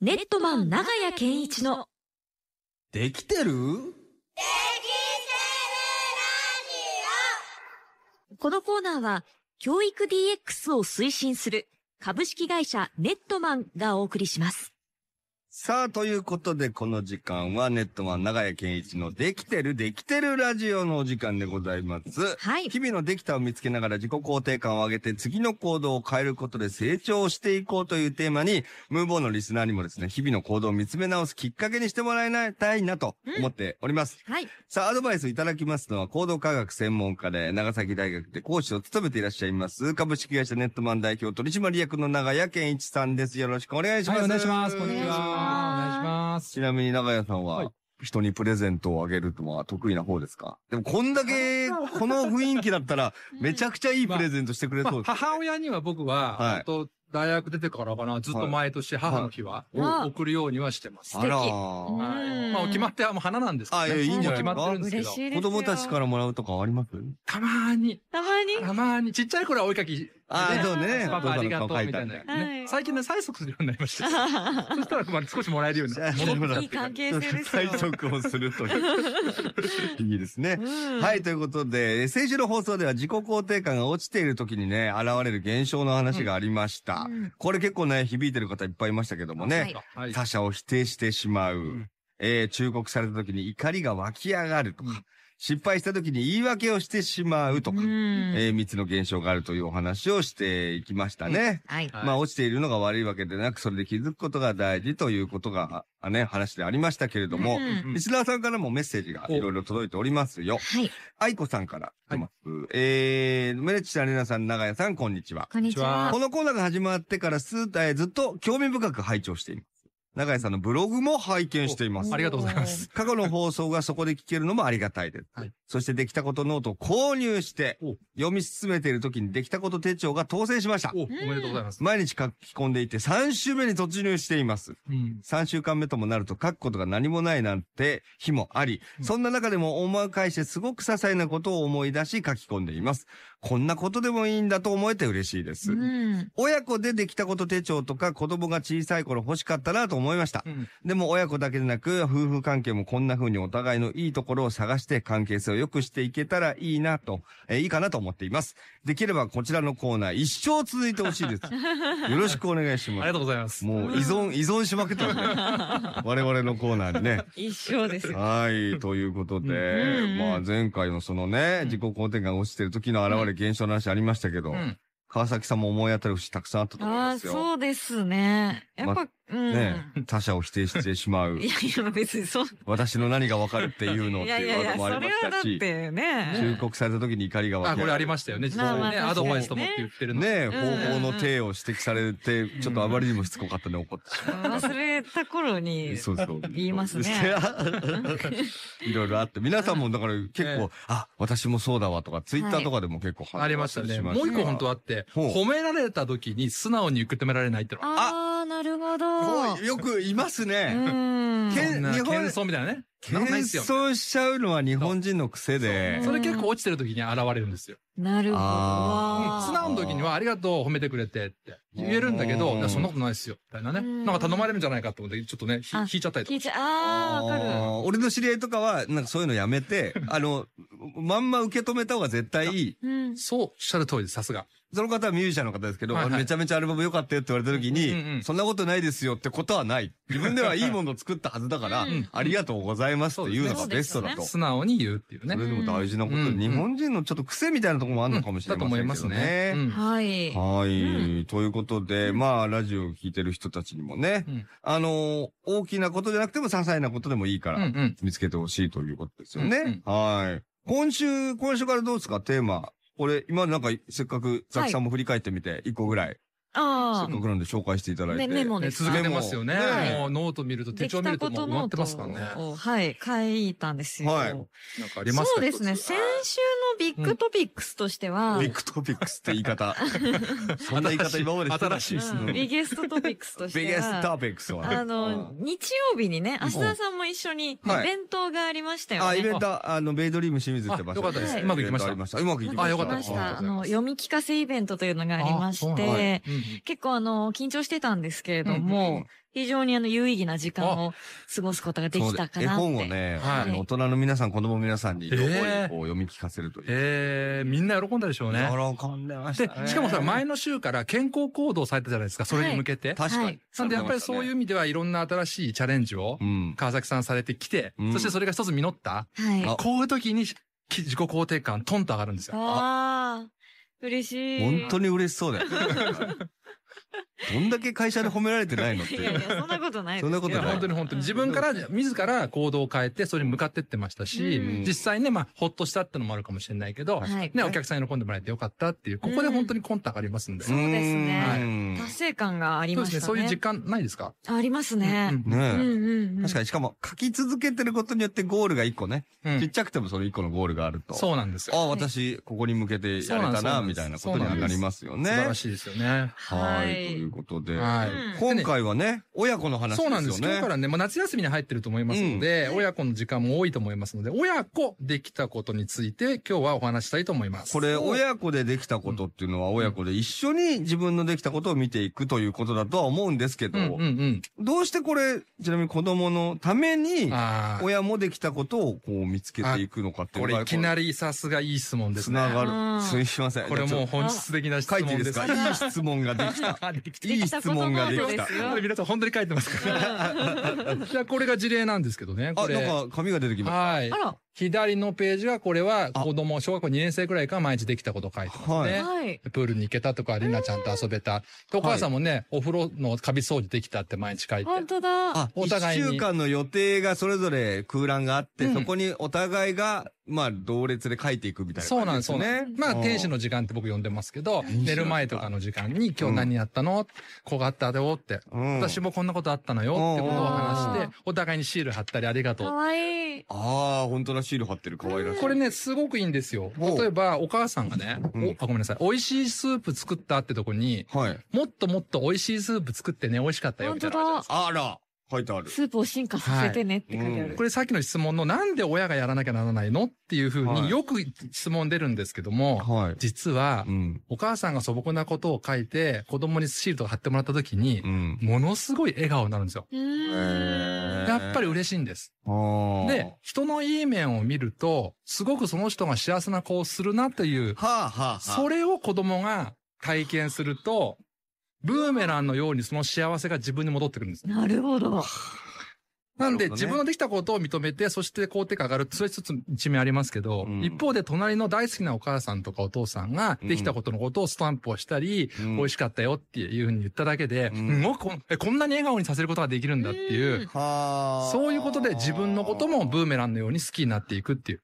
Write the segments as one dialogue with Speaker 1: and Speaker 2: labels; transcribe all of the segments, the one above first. Speaker 1: ネットマン長屋健一の
Speaker 2: できてる
Speaker 1: このコーナーは教育 DX を推進する株式会社ネットマンがお送りします。
Speaker 2: さあ、ということで、この時間はネットマン長屋健一のできてるできてるラジオのお時間でございます。
Speaker 1: はい。
Speaker 2: 日々のできたを見つけながら自己肯定感を上げて次の行動を変えることで成長していこうというテーマに、ムーボーのリスナーにもですね、日々の行動を見つめ直すきっかけにしてもらいたいなと思っております。
Speaker 1: はい。
Speaker 2: さあ、アドバイスをいただきますのは、行動科学専門家で、長崎大学で講師を務めていらっしゃいます、株式会社ネットマン代表取締役の長谷健一さんです。よろしくお願いします。
Speaker 3: はい、お願いします。こんにちは。
Speaker 1: お願いします
Speaker 3: お願いします
Speaker 2: ち。なみに長谷さんは、
Speaker 3: はい
Speaker 2: 人にプレゼントをあげるのは得意な方ですかでも、こんだけ、この雰囲気だったら、めちゃくちゃいいプレゼントしてくれ
Speaker 3: ま
Speaker 2: そう
Speaker 3: あ、
Speaker 2: です。
Speaker 3: 母親には僕は、
Speaker 2: はい
Speaker 3: あと大学出てからかな、ずっと毎年母の日は、
Speaker 1: はい
Speaker 3: お送るようにはしてます。
Speaker 1: あ
Speaker 2: あら
Speaker 1: うん
Speaker 2: ー
Speaker 3: はいまあ、お決まってはもう花なんですけど、
Speaker 2: あいや
Speaker 3: ね。
Speaker 2: いいんじゃないですか
Speaker 3: もう決まってるんですけ
Speaker 1: 嬉
Speaker 3: ど、
Speaker 1: しいですよ。。
Speaker 2: 子供たちかららもらうとかあります
Speaker 3: たまーに、
Speaker 1: たまに。
Speaker 3: たまーに、ちっちゃい頃は追いかき、
Speaker 2: ああ、そうね。
Speaker 3: パパありがとう
Speaker 2: お父さんの顔描
Speaker 3: みた
Speaker 2: て
Speaker 3: いな、ね
Speaker 1: はい
Speaker 3: 最近ね、催促するようになり ました。そしたら、まあ、少しもらえるようになっ
Speaker 2: い
Speaker 3: て。
Speaker 2: や
Speaker 3: 戻
Speaker 2: い
Speaker 3: って
Speaker 2: や
Speaker 1: いい関係性です
Speaker 2: 催
Speaker 1: よ。
Speaker 2: 促をすると いう。いいですね。
Speaker 1: うん
Speaker 2: はい、ということで、えー先週の放送では自己肯定感が落ちている時にね、現れる現象の話がありまし
Speaker 1: う
Speaker 2: た。
Speaker 1: ん
Speaker 2: これ結構ね、響いてる方いっぱいいましたけどもね、
Speaker 1: はい
Speaker 3: はい。
Speaker 2: 他者を否定してしまう、
Speaker 3: ん
Speaker 2: えー忠告された時に怒りが湧き上がるとか、
Speaker 3: うん
Speaker 2: 失敗した時に言い訳をしてしまうとか、
Speaker 1: うん
Speaker 2: えー三つの現象があるというお話をしていきましたね。
Speaker 1: はい。
Speaker 3: はい
Speaker 2: まあ落ちているのが悪いわけでなく、それで気づくことが大事ということが、あね、話でありましたけれども、
Speaker 1: うん
Speaker 2: リスナーさんからもメッセージがいろいろ届いておりますよ。
Speaker 1: はい。
Speaker 2: 愛子さんから来てます。えー、メレッチさん、レナさん、長屋さん、こんにちは。
Speaker 1: こんにちは
Speaker 2: こ。のコーナーが始まってからす、えーずっと興味深く拝聴しています。長屋さんのブログも拝見しています
Speaker 1: お
Speaker 3: あ。りがとうございます。
Speaker 2: 過去の放送がそこで聞けるのもありがたいです。
Speaker 3: はい
Speaker 2: そしてできたことノートを購入して
Speaker 3: お、
Speaker 2: 読み進めている時にできたこと手帳が当選しました
Speaker 3: お、。おめでとうございます。
Speaker 2: 毎日書き込んでいて3週目に突入しています。
Speaker 3: うん。
Speaker 2: 3週間目ともなると書くことが何もないなんて日もあり、
Speaker 3: うん
Speaker 2: そんな中でも思い返してすごく些細なことを思い出し書き込んでいます。こんなことでもいいんだと思えて嬉しいです。
Speaker 1: うん。
Speaker 2: 親子でできたこと手帳とか子供が小さい頃欲しかったなと思いました。
Speaker 3: うん
Speaker 2: でも親子だけでなく夫婦関係もこんな風にお互いのいいところを探して関係性を良くしていけたらいいなと、えーいいかなと思っています。できればこちらのコーナー一生続いてほしいです。よろしくお願いし
Speaker 3: あり
Speaker 2: ます
Speaker 3: が。とうございます。
Speaker 2: もう依存、依存しまくって ますね。我々のコーナーにね。
Speaker 1: 一緒です。
Speaker 2: はい、ということで、
Speaker 1: うん
Speaker 2: まあ前回のそのね、自己肯定感が落ちてる時の現れ現象の話ありましたけど、
Speaker 3: うん。
Speaker 2: 川崎さんも思い当たる節たくさんあったと思い
Speaker 1: あ
Speaker 2: ま
Speaker 1: あ、
Speaker 2: すよ。
Speaker 1: そうですね。やっぱ、うん。
Speaker 2: ね他者を否定してしまう
Speaker 1: い。やいや、別にそう。
Speaker 2: 私の何がわかるっていうのっ
Speaker 1: い
Speaker 2: て
Speaker 1: やい
Speaker 2: いう
Speaker 1: やい
Speaker 2: ワー
Speaker 1: や、
Speaker 2: ドもあ
Speaker 1: そ
Speaker 2: り
Speaker 1: れは
Speaker 2: ま
Speaker 1: だ
Speaker 2: した
Speaker 1: っ
Speaker 2: し、
Speaker 1: てね。
Speaker 2: 忠告された時に怒りが湧き
Speaker 3: あ、
Speaker 2: 上
Speaker 3: これ
Speaker 2: が
Speaker 3: あ
Speaker 2: る。
Speaker 3: りましたよね。実
Speaker 1: まあまあ
Speaker 3: 際ね、アドバイスと思って
Speaker 1: 確かにね
Speaker 3: 言ってるの。
Speaker 2: ねえ、
Speaker 1: うん
Speaker 2: 方法の手を指摘されて、ちょっとあまりにもしつこかったね、怒ってしまう
Speaker 1: 忘れた頃に。
Speaker 2: そうそう。
Speaker 1: 言いますね
Speaker 2: いろいろあって、皆さんもだから結構、
Speaker 3: ええ
Speaker 2: あ、私もそうだわとか、ツイッターとかでも結構
Speaker 3: ありましたね。もう一個本当
Speaker 2: は。
Speaker 3: あって、
Speaker 2: ほう
Speaker 3: 褒められた時に素直に受け止められないっていうのは。
Speaker 1: ああ、なるほど。
Speaker 2: おいよくいますね。
Speaker 1: うん。
Speaker 2: けん
Speaker 3: そんな
Speaker 2: 日本
Speaker 3: 謙遜みたいなね。そんなことないです
Speaker 2: 謙
Speaker 3: よ。
Speaker 2: 遜しちゃうのは日本人の癖で
Speaker 1: そう。
Speaker 3: それ結構落ちてる時に現れるんですよ。
Speaker 1: なるほど。
Speaker 2: あー
Speaker 3: 素直の時にはありがとう、褒めてくれてって言えるんだけ
Speaker 2: う
Speaker 3: ど、
Speaker 2: ん
Speaker 3: いやそんなことないですよ。みたいなね。
Speaker 1: うん
Speaker 3: なんか頼まれるんじゃないかと思って、ちょっとね、ひ
Speaker 1: あ
Speaker 3: 引いちゃったりと
Speaker 1: 聞
Speaker 3: か。
Speaker 1: いちゃあー、わかる。
Speaker 2: あー俺の知り合いとかは、なんかそういうのやめて、あの、まんま受け止めた方が絶対いい。
Speaker 1: うん。
Speaker 3: そう、おっしゃる通りです、さすが。
Speaker 2: その方はミュージシャンの方ですけど、
Speaker 3: はいはい
Speaker 2: あのめちゃめちゃアルバム良かったよって言われた時に、
Speaker 3: うんうんうん
Speaker 2: そんなことないですよってことはない。自分ではいいものを作ったはずだから、
Speaker 1: うん
Speaker 2: ありがとうございますっていうのがベストだと。
Speaker 3: 素直に言うっていう
Speaker 2: それ
Speaker 3: ね。
Speaker 2: でも大事なことで、
Speaker 3: うん
Speaker 2: 日本人のちょっと癖みたいなところもあるのかもしれ
Speaker 3: だと
Speaker 2: ま
Speaker 3: 思
Speaker 2: せ
Speaker 3: い
Speaker 2: ん
Speaker 3: ま
Speaker 2: け
Speaker 3: す
Speaker 2: どね
Speaker 3: ね。。うん
Speaker 1: はい。
Speaker 2: はい、
Speaker 1: う
Speaker 2: ということで、まあ、ラジオを聞いてる人たちにもね、
Speaker 3: うん
Speaker 2: あのー大きなことじゃなくても些細なことでもいいか
Speaker 3: うん
Speaker 2: ら、
Speaker 3: うん。
Speaker 2: 見つけてほしいということですよね。
Speaker 3: う
Speaker 2: はい。今週、今週からどうですか、テーマ。これ、今なんか、せっかく、ザキさんも振り返ってみて、一個ぐらい、
Speaker 1: あ
Speaker 2: せっかくなんで紹介していた
Speaker 1: あ。
Speaker 2: だいて。
Speaker 1: ね、メモ
Speaker 3: ね
Speaker 1: です
Speaker 3: 続
Speaker 1: か
Speaker 3: けてますよね
Speaker 2: はい。
Speaker 3: もうノート見ると、手
Speaker 1: で
Speaker 3: 帳
Speaker 1: き
Speaker 3: 見
Speaker 1: た
Speaker 3: ると
Speaker 1: こ
Speaker 3: も
Speaker 1: と
Speaker 3: う埋ま
Speaker 1: の
Speaker 3: ってますからね。
Speaker 1: をはい、書いたんですよ。
Speaker 2: はい
Speaker 3: なんかあります
Speaker 1: そ
Speaker 3: か
Speaker 1: うですね。先週のビッグトピックスとしては、
Speaker 2: ビッグトピックスって言い 方。そんな言い方今までしてな
Speaker 3: 新しいです
Speaker 1: う
Speaker 3: ね
Speaker 1: ん。ビゲストトピックスとし
Speaker 2: ビ
Speaker 1: て
Speaker 2: ゲスト
Speaker 1: は、
Speaker 2: トピックスはね。
Speaker 1: あの、日曜日にね、芦田さんも一緒にイ
Speaker 2: はい
Speaker 1: ベントがありましたよね。
Speaker 2: あ、イベント、あの、ベイドリーム清水って場所
Speaker 3: あよかった
Speaker 1: です
Speaker 2: はい
Speaker 1: うん
Speaker 3: うまくいきました
Speaker 2: イベントありました。うまくいきました。
Speaker 3: あよかった
Speaker 1: ま
Speaker 3: で
Speaker 1: し
Speaker 3: す
Speaker 1: た。あ
Speaker 3: ありがとうござい
Speaker 1: の、
Speaker 3: ます
Speaker 1: 読み聞かせイベントというのがありま
Speaker 3: あそ
Speaker 1: し
Speaker 3: うなんだ
Speaker 1: て、
Speaker 3: うん
Speaker 1: 結構あの、緊張してたんですけれども、非常にあの有意義な時間を過ごすことができたかなって。
Speaker 2: そうで絵本をね、
Speaker 3: はい
Speaker 2: あの大人の皆さん、子供の皆さんに両方にこう
Speaker 3: ええ
Speaker 2: 読み聞かせるという。
Speaker 3: えー、みんな喜んだでしょうね。
Speaker 2: 喜んでまし
Speaker 3: で
Speaker 2: た、ね。
Speaker 3: しかもさ、前の週から健康行動されたじゃないですか、それに向けて。
Speaker 2: 確かに。
Speaker 1: はい
Speaker 3: なんでやっぱりそういう意味ではいろんな新しいチャレンジを
Speaker 2: うん。
Speaker 3: 川崎さんされてきて、
Speaker 2: うん
Speaker 3: そしてそれが一つ実った。
Speaker 1: はい。
Speaker 2: あ
Speaker 1: あ
Speaker 3: こういう時にき自己肯定感トンと上がるんですよ。
Speaker 1: あー、嬉しい。
Speaker 2: 本当に嬉しそうだよ。どんだけ会社で褒められてないのって
Speaker 1: い
Speaker 2: い。
Speaker 1: やいうや、そんなことないですよ
Speaker 2: そんなこと
Speaker 3: い
Speaker 2: ない
Speaker 3: や、本当に本当に。自分から、自ら行動を変えて、それに向かってってましたし、
Speaker 1: うん
Speaker 3: 実際ね、まあ、ほっとしたってのもあるかもしれないけど、
Speaker 1: はい
Speaker 3: ね、お客さんに喜んでもらえてよかったっていう、ここで本当にコンタ上がりますんで。
Speaker 1: そうですね
Speaker 2: うーん
Speaker 1: 達成感があり
Speaker 3: そう
Speaker 1: ま
Speaker 3: です
Speaker 1: し
Speaker 3: ね、
Speaker 1: た
Speaker 3: そういう実
Speaker 1: ね。
Speaker 3: 感ないですか
Speaker 1: ありますね。
Speaker 3: うん
Speaker 1: うん
Speaker 2: ね
Speaker 1: うんう
Speaker 2: え。
Speaker 1: ん。
Speaker 2: 確かに、しかも書き続けてることによってゴールが一個ね。
Speaker 3: うん
Speaker 2: ちっちゃくてもその一個のゴールがあると。
Speaker 3: そうなんです
Speaker 2: あ
Speaker 3: よ。
Speaker 2: あ、私、ここに向けてやれた
Speaker 3: そうな
Speaker 2: な、
Speaker 3: ん
Speaker 2: み
Speaker 3: です
Speaker 2: たいなことにはなりますよね。
Speaker 3: 素晴らしいですよね。
Speaker 2: は。
Speaker 1: はい
Speaker 2: という
Speaker 1: い。
Speaker 2: ことで。
Speaker 3: はい。
Speaker 2: 今回はね、親子の話です
Speaker 3: そう
Speaker 2: よね。
Speaker 3: なんです。今日からね、まあ、夏休みに入ってると思いますので、
Speaker 1: うん
Speaker 3: 親子の時間も多いと思いますので、親子できたことについて今日はお話したいと思います。
Speaker 2: これ、親子でできたことっていうのは、親子で一緒に自分のできたことを見ていくということだとは思うんですけど、
Speaker 3: うんうんうん。
Speaker 2: どうしてこれ、ちなみに子供のために、
Speaker 3: ああ。
Speaker 2: 親もできたことをこう見つけていくのかっていうの
Speaker 3: これ
Speaker 2: が
Speaker 3: いきなりさすがいい質問
Speaker 2: こ
Speaker 3: で
Speaker 2: れ
Speaker 3: す
Speaker 2: つ
Speaker 3: ね。
Speaker 2: な
Speaker 1: う
Speaker 2: が
Speaker 1: ん
Speaker 2: る。すいません。
Speaker 3: これもう
Speaker 2: ちょっ
Speaker 3: 本質的な質
Speaker 2: と書
Speaker 3: 問
Speaker 2: いていいで
Speaker 3: で
Speaker 2: す
Speaker 3: す。
Speaker 2: かいい質問ができた。
Speaker 3: あできて
Speaker 2: いい質問がで
Speaker 1: で
Speaker 2: き
Speaker 1: き
Speaker 2: た
Speaker 1: た。
Speaker 3: これ皆さん本当に書いてますから。 じゃあこれが事例なんですけどね。
Speaker 2: あ、
Speaker 3: これ。
Speaker 2: なんか紙が出てきま
Speaker 3: はい
Speaker 1: あ。ら、
Speaker 3: 左のページがこれは
Speaker 2: あ
Speaker 3: 子供、小学校2年生くらいから毎日できたこと書いてますね。
Speaker 2: はい
Speaker 1: はい。
Speaker 3: プールに行けたとか、りなちゃんと遊べた。お母さんもね、お風呂のカビ掃除できたって毎日書いて。
Speaker 1: 本当だ。
Speaker 2: あ、
Speaker 3: お
Speaker 2: 一
Speaker 3: 互いに
Speaker 2: 週間の予定がそれぞれ空欄があって、
Speaker 3: うん
Speaker 2: そこにお互いが、まあ、同列で書いていくみたいな
Speaker 3: そうなん
Speaker 2: 感
Speaker 3: で
Speaker 2: じ
Speaker 3: す、そうなんです。まあ、天使の時間って僕呼んでますけど、
Speaker 2: 使の時間
Speaker 3: 寝る前とかの時間に今日何やったのこうがあったよって。
Speaker 2: うん
Speaker 3: 私もこんなことあったのよってことを話し
Speaker 1: うん
Speaker 3: て、お互いにシール貼ったりありが
Speaker 1: か
Speaker 3: とう。
Speaker 1: わいい。
Speaker 2: ああ、本当だ、シール貼ってる、可愛らしい。
Speaker 3: これね、すごくいいんですよ。
Speaker 2: お
Speaker 3: 例えば、お母さんがね、
Speaker 2: うん
Speaker 3: おあごめんなさい、美味しいスープ作ったってとこに、
Speaker 2: はい。
Speaker 3: もっともっと美味しいスープ作ってね、美味しかったよ、
Speaker 1: 本
Speaker 3: みた
Speaker 1: 当
Speaker 3: いなのあるじゃないですか。
Speaker 1: だ。
Speaker 2: あら、書いてある。
Speaker 1: スープを進化させてねって書いてあ
Speaker 2: はいうん
Speaker 1: る
Speaker 3: こ。れさっきの質問のなんで親がやらなきゃならないのっていうふう
Speaker 2: はい
Speaker 3: によく質問出るんですけども、
Speaker 2: はい。
Speaker 3: 実は
Speaker 2: うん。
Speaker 3: お母さんが素朴なことを書いて子供にシールとか貼ってもらった時に
Speaker 2: う、ん。
Speaker 3: ものすごい笑顔になるんですよ。
Speaker 1: うーん
Speaker 2: へえ
Speaker 3: やっぱり嬉しいんです。
Speaker 2: あー
Speaker 3: で、、人のいい面を見ると、すごくその人が幸せな子をするなとい
Speaker 2: は
Speaker 3: う、
Speaker 2: あはあはあ。
Speaker 3: それを子供が体験すると、ブーメランのようにその幸せが自分に戻ってくるんです。
Speaker 1: なるほど。
Speaker 3: な
Speaker 2: なる
Speaker 3: んで、
Speaker 2: ほどね
Speaker 3: 自分のできたことを認めて、そして肯定感上がる、それ一つ一面ありますけど、
Speaker 2: うん
Speaker 3: 一方で隣の大好きなお母さんとかお父さんが、
Speaker 2: うん
Speaker 3: できたことのことをスタンプをしたり、
Speaker 2: うん、
Speaker 3: 美味しかったよっていうふうに言っただけで、
Speaker 2: う
Speaker 3: うんん、こんえこんなに笑顔にさせることができるんだっていう、
Speaker 1: うん
Speaker 2: はあ。
Speaker 3: そういうことで自分のこともブーメランのように好きになっていくっていう。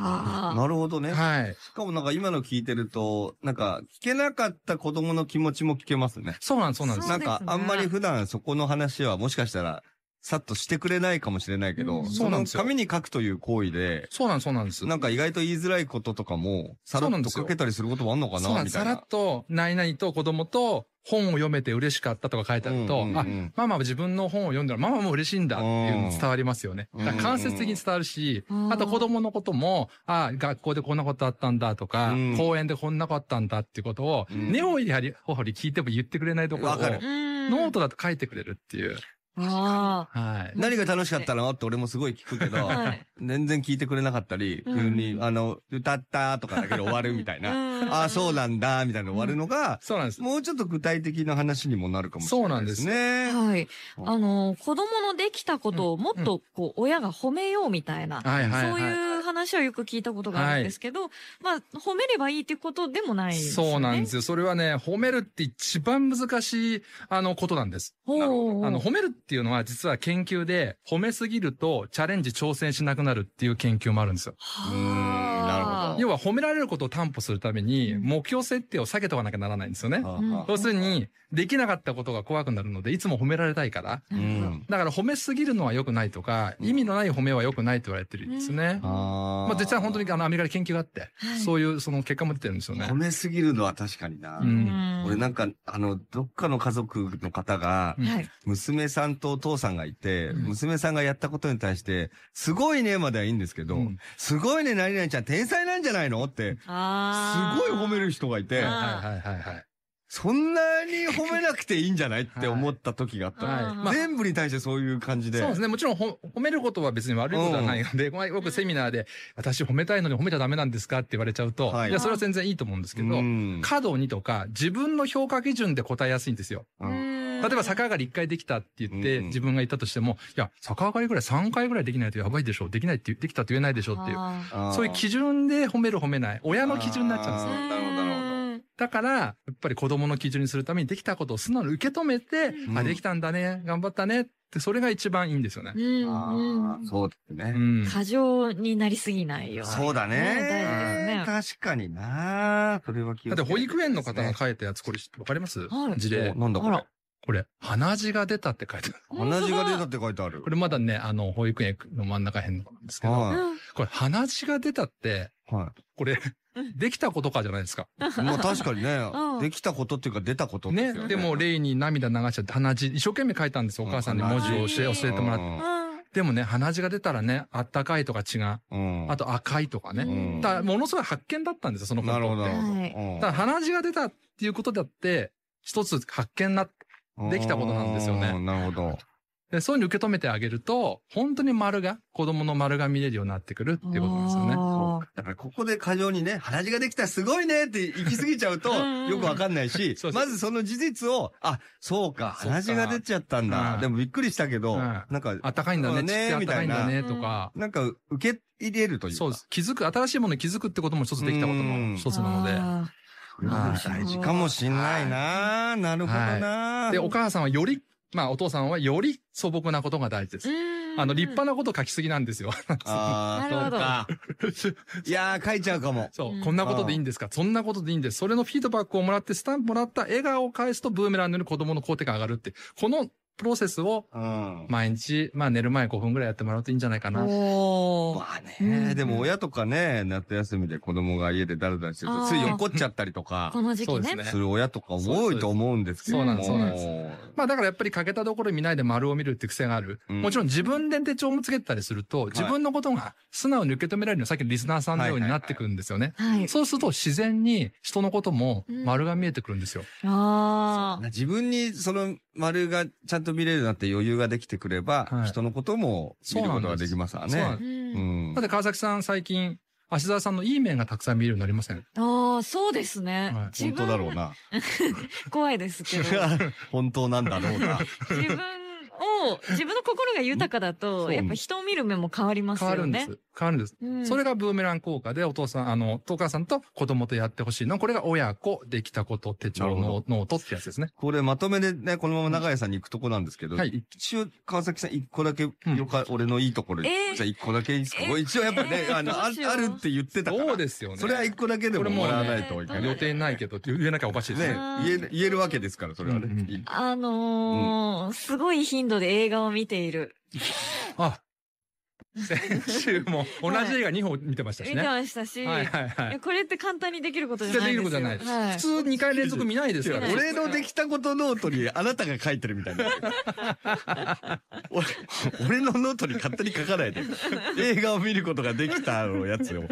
Speaker 1: あ
Speaker 2: なるほどね。
Speaker 3: はい。
Speaker 2: しかもなんか今の聞いてると、なんか聞けなかった子供の気持ちも聞けますね。
Speaker 3: そうなんです、そうなんです。
Speaker 1: そ
Speaker 2: な
Speaker 1: うんですね
Speaker 2: かあんまり普段そこの話はもしかしたら、さっとしてくれないかもしれないけど、
Speaker 1: うん
Speaker 2: そ
Speaker 3: そうなん
Speaker 2: の
Speaker 3: ですよ
Speaker 2: 紙に書くという行為で、
Speaker 3: そうなんです、そうなんです。
Speaker 2: なんか意外と言いづらいこととかも、さら
Speaker 3: そうな
Speaker 2: っ
Speaker 3: ん
Speaker 2: と
Speaker 3: です
Speaker 2: 書
Speaker 3: よ
Speaker 2: けたりすることもあんのか
Speaker 3: そう
Speaker 2: な
Speaker 3: な
Speaker 2: ん
Speaker 3: で
Speaker 2: み
Speaker 3: す。
Speaker 2: た
Speaker 3: さ
Speaker 2: い
Speaker 3: ら
Speaker 2: な
Speaker 3: っ。と、何々と子供と本を読めて嬉しかったとか書いてあると、
Speaker 2: うんうんうん
Speaker 3: あ、ママは自分の本を読んだらママも嬉しいんだっていうの伝わりますよね。
Speaker 2: うん
Speaker 3: だから間接的に伝わるし、
Speaker 1: うん
Speaker 3: あと子供のことも、あ、学校でこんなことあったんだとか、
Speaker 2: うん
Speaker 3: 公園でこんなことあったんだっていうことを、
Speaker 2: うん
Speaker 3: 根をやり、ほほり聞いても言ってくれないところを、
Speaker 2: わかる
Speaker 1: ーうん
Speaker 3: ノートだと書いてくれるっていう。
Speaker 1: あ
Speaker 3: はい。
Speaker 2: 何が楽しかったのって俺もすごい聞くけ
Speaker 1: あ。
Speaker 2: ど、
Speaker 1: はい。
Speaker 2: 全然聞いてくれなかったり、
Speaker 1: うん
Speaker 2: 急に、あの、歌ったとかだけで終わるみたいな。
Speaker 1: な
Speaker 2: ああ、そうなんだ、みたいなの終わるのが、
Speaker 3: そうなんです。
Speaker 2: もうちょっと具体的な話にもなるかもしれないですね。
Speaker 1: はい。あの、子供のできたことをもっと、こう、親が褒めようみたいな、
Speaker 3: はいはいはい。
Speaker 1: そういう話はよく聞いたことがあるんですけど、まあ、褒めればいいってことでもないですよね。
Speaker 3: そうなんですよ。それはね、褒めるって一番難しい、あの、ことなんです。
Speaker 1: ほう。
Speaker 3: あの、褒めるっていうのは実は研究で、褒めすぎるとチャレンジ挑戦しなくなるっていう研究もあるんですよ。
Speaker 1: は
Speaker 2: うーんなるほど
Speaker 1: あ
Speaker 3: 要は褒められることを担保するために、
Speaker 1: うん
Speaker 3: 目標設定を下げておかなきゃならないんですよね。
Speaker 2: は
Speaker 1: うん
Speaker 2: あは
Speaker 3: 要するに、できなかったことが怖くなるので、いつも褒められたいから。
Speaker 2: あう
Speaker 1: なるほど
Speaker 2: ん。
Speaker 3: だから褒めすぎるのは良くないとか、意味のない褒めは良くないと言われてるんですね。
Speaker 1: うん
Speaker 2: あー
Speaker 3: まあ実は本当にあのアメリカで研究があって、
Speaker 1: はい
Speaker 3: そういうその結果も出てるんですよね
Speaker 2: 褒。めすぎるのは確かにな。
Speaker 3: うん
Speaker 2: 俺なんか、あの、どっかの家族の方が、
Speaker 3: うん
Speaker 1: はい。
Speaker 2: 娘さんとお父さんがいて、
Speaker 3: うん
Speaker 2: 娘さんがやったことに対して、すごいねまではいいんですけど、
Speaker 3: うん
Speaker 2: すごいね、何々ちゃん天才なんじゃないのって、す
Speaker 1: ああ。
Speaker 2: ごい褒める人がいて、
Speaker 3: はいはいはいはい。
Speaker 2: そんなに褒めなくていいんじゃないって思った時があったの。
Speaker 3: はい
Speaker 1: あー
Speaker 3: まあ
Speaker 2: 全部に対してそういう感じで。
Speaker 3: そうですね。もちろんほ褒めることは別に悪いことはないので、まあよくセミナーで、私褒めたいのに褒めちゃダメなんですかって言われちゃうと、
Speaker 2: はい
Speaker 3: い、や、それは全然いいと思うんですけど、
Speaker 2: うん
Speaker 3: 過度にとか、自分の評価基準で答えやすいんですよ。
Speaker 2: あ
Speaker 1: 例
Speaker 3: 例えば逆上がり1回できたって言って、
Speaker 2: うん
Speaker 3: 自分が言ったとしても、いや、逆上がりぐらい3回ぐらいできないとやばいでしょ。できないって言、できたと言えないでしょっていう。
Speaker 1: う
Speaker 2: あー
Speaker 3: そういう基準で褒める褒めない。親の基準になっちゃうんです
Speaker 2: あ
Speaker 3: ね。
Speaker 2: ーなるほどなるほど
Speaker 1: る
Speaker 3: だから、やっぱり子供の基準にするためにできたことを素直に受け止めて、
Speaker 1: うん
Speaker 3: あ、できたんだね、頑張ったねって、それが一番いいんですよね。
Speaker 1: うん
Speaker 2: あ
Speaker 1: う
Speaker 2: ー
Speaker 1: ん。
Speaker 2: そうです
Speaker 3: う
Speaker 2: ね。
Speaker 3: ん。
Speaker 1: 過剰になりすぎないように。
Speaker 2: そうだ
Speaker 1: ね大事ですね
Speaker 2: ね。確かにな。それは気
Speaker 3: だ
Speaker 2: を
Speaker 3: って
Speaker 2: つけ
Speaker 3: 保
Speaker 2: ないと
Speaker 3: 育園
Speaker 2: で
Speaker 3: の
Speaker 2: す
Speaker 3: 方
Speaker 2: ね
Speaker 3: が書いたやつ、これわかります、
Speaker 1: はい
Speaker 3: 事例
Speaker 2: お。なんだこ
Speaker 1: あ
Speaker 2: れ
Speaker 1: ら。
Speaker 3: これ、鼻血が出たって書いてある。
Speaker 1: 本当だ
Speaker 2: 鼻血が出たって書いてある
Speaker 3: こ。れまだね、あの、保育園の真ん中辺のなんですけど、
Speaker 2: は
Speaker 1: うん
Speaker 3: これ鼻血が出たって、
Speaker 2: い。はい。
Speaker 3: これ
Speaker 1: うん、
Speaker 3: できたことかじゃないですか。
Speaker 2: まあ確かに ね
Speaker 1: う、ん
Speaker 2: できたことっていうか出たこと
Speaker 3: ね
Speaker 2: すよ。
Speaker 3: でも、レイに涙流しちゃって、鼻血、一生懸命書いたんですよ。お母さんに文字を教え教えてもらって。でもね、鼻血が出たらね、あったかいとか血が、
Speaker 2: うん。
Speaker 3: あと赤いとかね。
Speaker 2: うん
Speaker 3: だからものすごい発見だったんですよ、そのことっ
Speaker 2: な
Speaker 3: て
Speaker 2: るほど、なるほど
Speaker 1: はい
Speaker 2: うん
Speaker 3: だから鼻血が出たっていうことだって、一つ発見な、できたことなんですよね
Speaker 2: うんなるほど。
Speaker 3: でそういうふうに受け止めてあげると、本当に丸が、子供の丸が見れるようになってくるっていうことなんですよね。
Speaker 1: あー
Speaker 2: だからここで過剰にね、鼻血ができたすごいねって行き過ぎちゃうと、
Speaker 1: うん
Speaker 2: よくわかんないし
Speaker 3: そう、そう
Speaker 2: まずその事実を、あ、そうか、
Speaker 3: そうか
Speaker 2: 鼻血が出ちゃったんだ。
Speaker 3: うん
Speaker 2: でもびっくりしたけど、
Speaker 3: うん
Speaker 2: なんか、
Speaker 3: あったかいんだ
Speaker 2: そう
Speaker 3: ね、
Speaker 2: だね
Speaker 3: ちっちゃいあったかいんだね、
Speaker 1: みたいな
Speaker 3: とか。
Speaker 2: なんか受け入れるというか。
Speaker 3: そうです。気づく、新しいものに気づくってことも一つできたことの一つなので。
Speaker 1: あ
Speaker 2: うん
Speaker 3: はい
Speaker 2: 大事かもしんないななるほどな
Speaker 3: で、お母さんはより、まあお父さんはより素朴なことが大事です。
Speaker 1: ーうん
Speaker 3: あの、立派なこと書きすぎなんですよ。
Speaker 2: ああ、そうか。いやー、書いちゃうかも。
Speaker 3: そうう、
Speaker 1: ん
Speaker 3: こんなことでいいんですかそんなことでいいんです。それのフィードバックをもらって、スタンプもらった笑顔を返すとブーメランのように子供の肯定感上がるって。このプロセスを
Speaker 2: うん。
Speaker 3: 毎日、まあ寝る前5分ぐらいやってもらうといいんじゃないかな。
Speaker 1: おー
Speaker 2: まあ
Speaker 1: う
Speaker 2: ね、
Speaker 1: ん
Speaker 2: でも親とかね、夏休みで子供が家でダラダラしてると、つい怒っちゃったりとか
Speaker 1: こ、の時
Speaker 3: そ
Speaker 1: 期
Speaker 3: うです
Speaker 1: ね
Speaker 3: ね。
Speaker 2: する親とか多いと思うんですけども。
Speaker 1: そうなんですそうなん
Speaker 3: です
Speaker 2: す。
Speaker 3: まあだからやっぱり欠けたところ見ないで丸を見るって癖がある。
Speaker 2: うん
Speaker 3: もちろん自分で手帳もつけてたりすると、自分のことが素直に受け止められるのさっきのリスナーさんのようになってくるんですよね。
Speaker 1: はい。
Speaker 3: そうすると自然に人のことも丸が見えてくるんですよ。
Speaker 1: ああ。
Speaker 2: 自分にその丸がちゃんと見れるようになって余裕ができてくれば、
Speaker 3: はい
Speaker 2: 人のことも見ることができますから
Speaker 3: そうな
Speaker 2: ね
Speaker 3: んで。
Speaker 2: う
Speaker 1: うん
Speaker 2: ん
Speaker 3: だっ。て川崎さん最近、芦沢さんのいい面がたくさん見えるようになりません
Speaker 1: ああ、そうですね
Speaker 3: はい。
Speaker 1: 自
Speaker 2: 本当
Speaker 1: 分
Speaker 2: だろ うな。
Speaker 1: 怖いですけど。
Speaker 2: 本当なんだろうな。
Speaker 1: 自分を、自分の心が豊かだ
Speaker 2: そ
Speaker 1: と、
Speaker 2: う
Speaker 1: やっぱ人を見る目も変わります
Speaker 3: 変わる
Speaker 1: よ
Speaker 3: んで
Speaker 1: ね。
Speaker 3: す。変わるんです。
Speaker 1: うん
Speaker 3: それがブーメラン効果で、お父さん、あの、お母さんと子供とやってほしいの。これが親子、できたこと、手帳
Speaker 2: なるほ
Speaker 3: のノートってやつですね。
Speaker 2: これまとめでね、このまま長屋さんに行くとこなんですけど、
Speaker 3: はい
Speaker 2: 一応川崎さん一個だけ、よか、俺のいいところ、
Speaker 1: えー
Speaker 2: じゃあ一個だけいいですか、
Speaker 1: えー
Speaker 2: 一応やっぱね、
Speaker 1: えー
Speaker 2: あの、あ
Speaker 1: どうしよう
Speaker 2: あるって言ってたから。
Speaker 3: そうですよね。
Speaker 2: それは一個だけでももらわないといけ
Speaker 1: これ
Speaker 2: ない。
Speaker 1: もう
Speaker 3: 予
Speaker 2: ね
Speaker 1: ね
Speaker 3: 定ないけど、言えなきゃおかしいですね。
Speaker 1: うん
Speaker 2: 言え、言えるわけですから、それはね。
Speaker 3: うんうん
Speaker 2: い
Speaker 1: あのーすごい頻度で映画を見ている。
Speaker 3: あ、先週も同じ映画2本見てましたし
Speaker 1: 見
Speaker 3: ね。
Speaker 1: て
Speaker 3: は
Speaker 1: ましたし、
Speaker 3: いはい
Speaker 1: い
Speaker 3: はい
Speaker 1: や。これって簡単にできることじ
Speaker 3: 絶
Speaker 1: ゃな
Speaker 3: 対
Speaker 1: い
Speaker 3: で
Speaker 1: で
Speaker 3: き
Speaker 1: す
Speaker 3: る
Speaker 1: よ。
Speaker 3: ことじゃないです。
Speaker 1: はい
Speaker 3: 普通2回連続見ないです
Speaker 2: や
Speaker 3: から。
Speaker 1: 見ない
Speaker 2: 俺のできたことノートにあなたが書いてるみたいな。俺 俺のノートに勝手に書かないで。映画を見ることができたのやつを。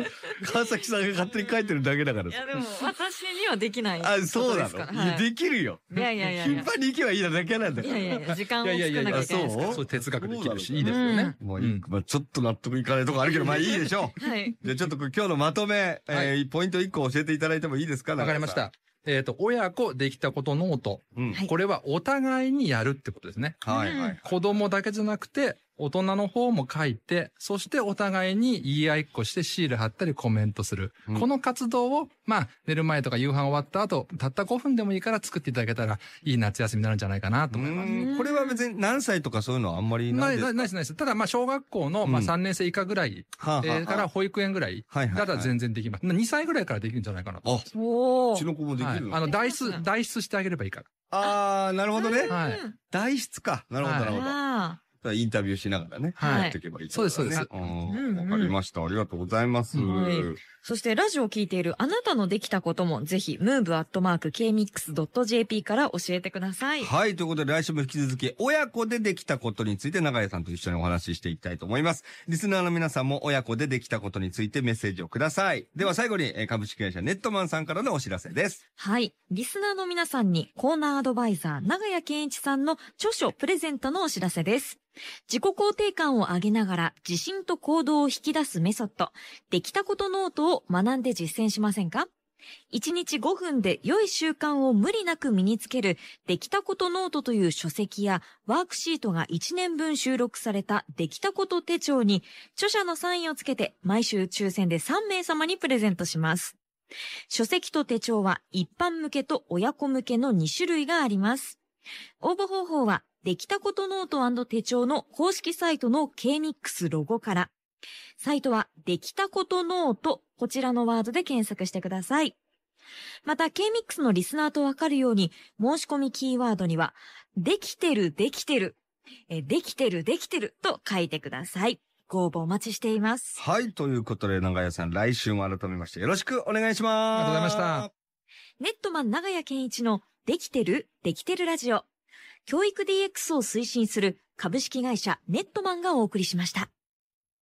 Speaker 2: 川崎さんが勝手に書いてるだけだから
Speaker 1: いや、でも、私にはできない。
Speaker 2: あ、そうな
Speaker 1: ことですから
Speaker 2: の、いや
Speaker 1: はい
Speaker 2: できるよ。
Speaker 1: いやいやいやい
Speaker 2: 頻
Speaker 1: や。
Speaker 2: 繁に行けばいいなだけなんだ
Speaker 1: い
Speaker 2: か
Speaker 1: や
Speaker 2: ら。
Speaker 1: いやいや、時間を
Speaker 3: いやいや
Speaker 1: 作んな
Speaker 3: いや
Speaker 1: きゃいけないで
Speaker 2: あ
Speaker 1: す
Speaker 2: そう
Speaker 3: そう、哲学できるし、いい
Speaker 2: そう
Speaker 3: で
Speaker 2: な
Speaker 3: す
Speaker 1: の
Speaker 3: よね。
Speaker 2: もう
Speaker 3: うん
Speaker 2: まあちょっと納得いかないとこあるけど、まあいいでしょう。
Speaker 1: から。はい。
Speaker 2: じゃあちょっと今日のまとめ、えー
Speaker 3: は
Speaker 2: ポイント1個教えていただいてもいいですか
Speaker 3: わかりまし。
Speaker 2: 中
Speaker 3: た。えっ、と、親子できたことノート。
Speaker 2: 谷さん
Speaker 1: はい
Speaker 3: これはお互いにやるってことですね。
Speaker 2: うん。はいはい。
Speaker 3: 子供だけじゃなくて、大人の方も書いて、そしてお互いに言い合いっこしてシール貼ったりコメントする。
Speaker 2: うん
Speaker 3: この活動を、まあ、寝る前とか夕飯終わった後、たった5分でもいいから作っていただけたら、いい夏休みになるんじゃないかなと思います。
Speaker 2: うんこれは別に何歳とかそういうのはあんまりな
Speaker 3: ないい
Speaker 2: です
Speaker 3: ないないですないです。ただ、まあ、小学校の、まあ、
Speaker 2: うん
Speaker 3: 3年生以下ぐらい、
Speaker 2: はあはあ
Speaker 3: えーから保育園ぐらい、
Speaker 2: はいはいは
Speaker 3: だ
Speaker 2: い
Speaker 3: ったら全然できます。2歳ぐらいからできるんじゃないかなと。
Speaker 2: あ、
Speaker 1: お
Speaker 2: う
Speaker 1: ー
Speaker 2: ちの子もでき
Speaker 3: はい、あ
Speaker 2: るの、
Speaker 3: の、代
Speaker 1: できます
Speaker 3: 筆、
Speaker 1: ね
Speaker 3: 代筆してあげればいいから。
Speaker 2: ああ、なるほどね
Speaker 1: うん。
Speaker 3: はい
Speaker 1: うん
Speaker 2: 代筆か。なるほど、
Speaker 3: はい
Speaker 2: なるほど。
Speaker 1: あ
Speaker 2: インタビューしながらね、
Speaker 1: はい
Speaker 2: やっていけばいいってことだね、
Speaker 3: そうですそ
Speaker 1: う
Speaker 2: う
Speaker 3: う
Speaker 1: んう
Speaker 2: んわ、
Speaker 1: ん
Speaker 2: かりました。ありがとうございます。
Speaker 1: はいそしてラジオを聞いているあなたのできたこともぜひ move.kmix.jp から教えてください。
Speaker 2: はい。ということで、来週も引き続き、親子でできたことについて、長谷さんと一緒にお話ししていきたいと思います。リスナーの皆さんも、親子でできたことについてメッセージをください。では、最後に、えー株式会社ネットマンさんからのお知らせです。
Speaker 1: はい。リスナーの皆さんにコーナーアドバイザー、長谷健一さんの著書プレゼントのお知らせです。自己肯定感を上げながら自信と行動を引き出すメソッド、できたことノートを学んで実践しませんか ?1 日5分で良い習慣を無理なく身につける、できたことノートという書籍やワークシートが1年分収録されたできたこと手帳に、著者のサインをつけて毎週抽選で3名様にプレゼントします。書籍と手帳は一般向けと親子向けの2種類があります。応募方法は、できたことノート手帳の公式サイトの KMIX ロゴから。サイトは、できたことノート、こちらのワードで検索してください。また、KMIX のリスナーとわかるように、申し込みキーワードには、できてる、できてる、えできてる、できてると書いてください。ご応募お待ちしています。
Speaker 2: はい。ということで、長谷さん、来週も改めまして、よろしくお願いします。
Speaker 3: ありがとうございました。
Speaker 1: ネットマン長屋健一のできてるできてるラジオ。教育 DX を推進する株式会社ネットマンがお送りしました。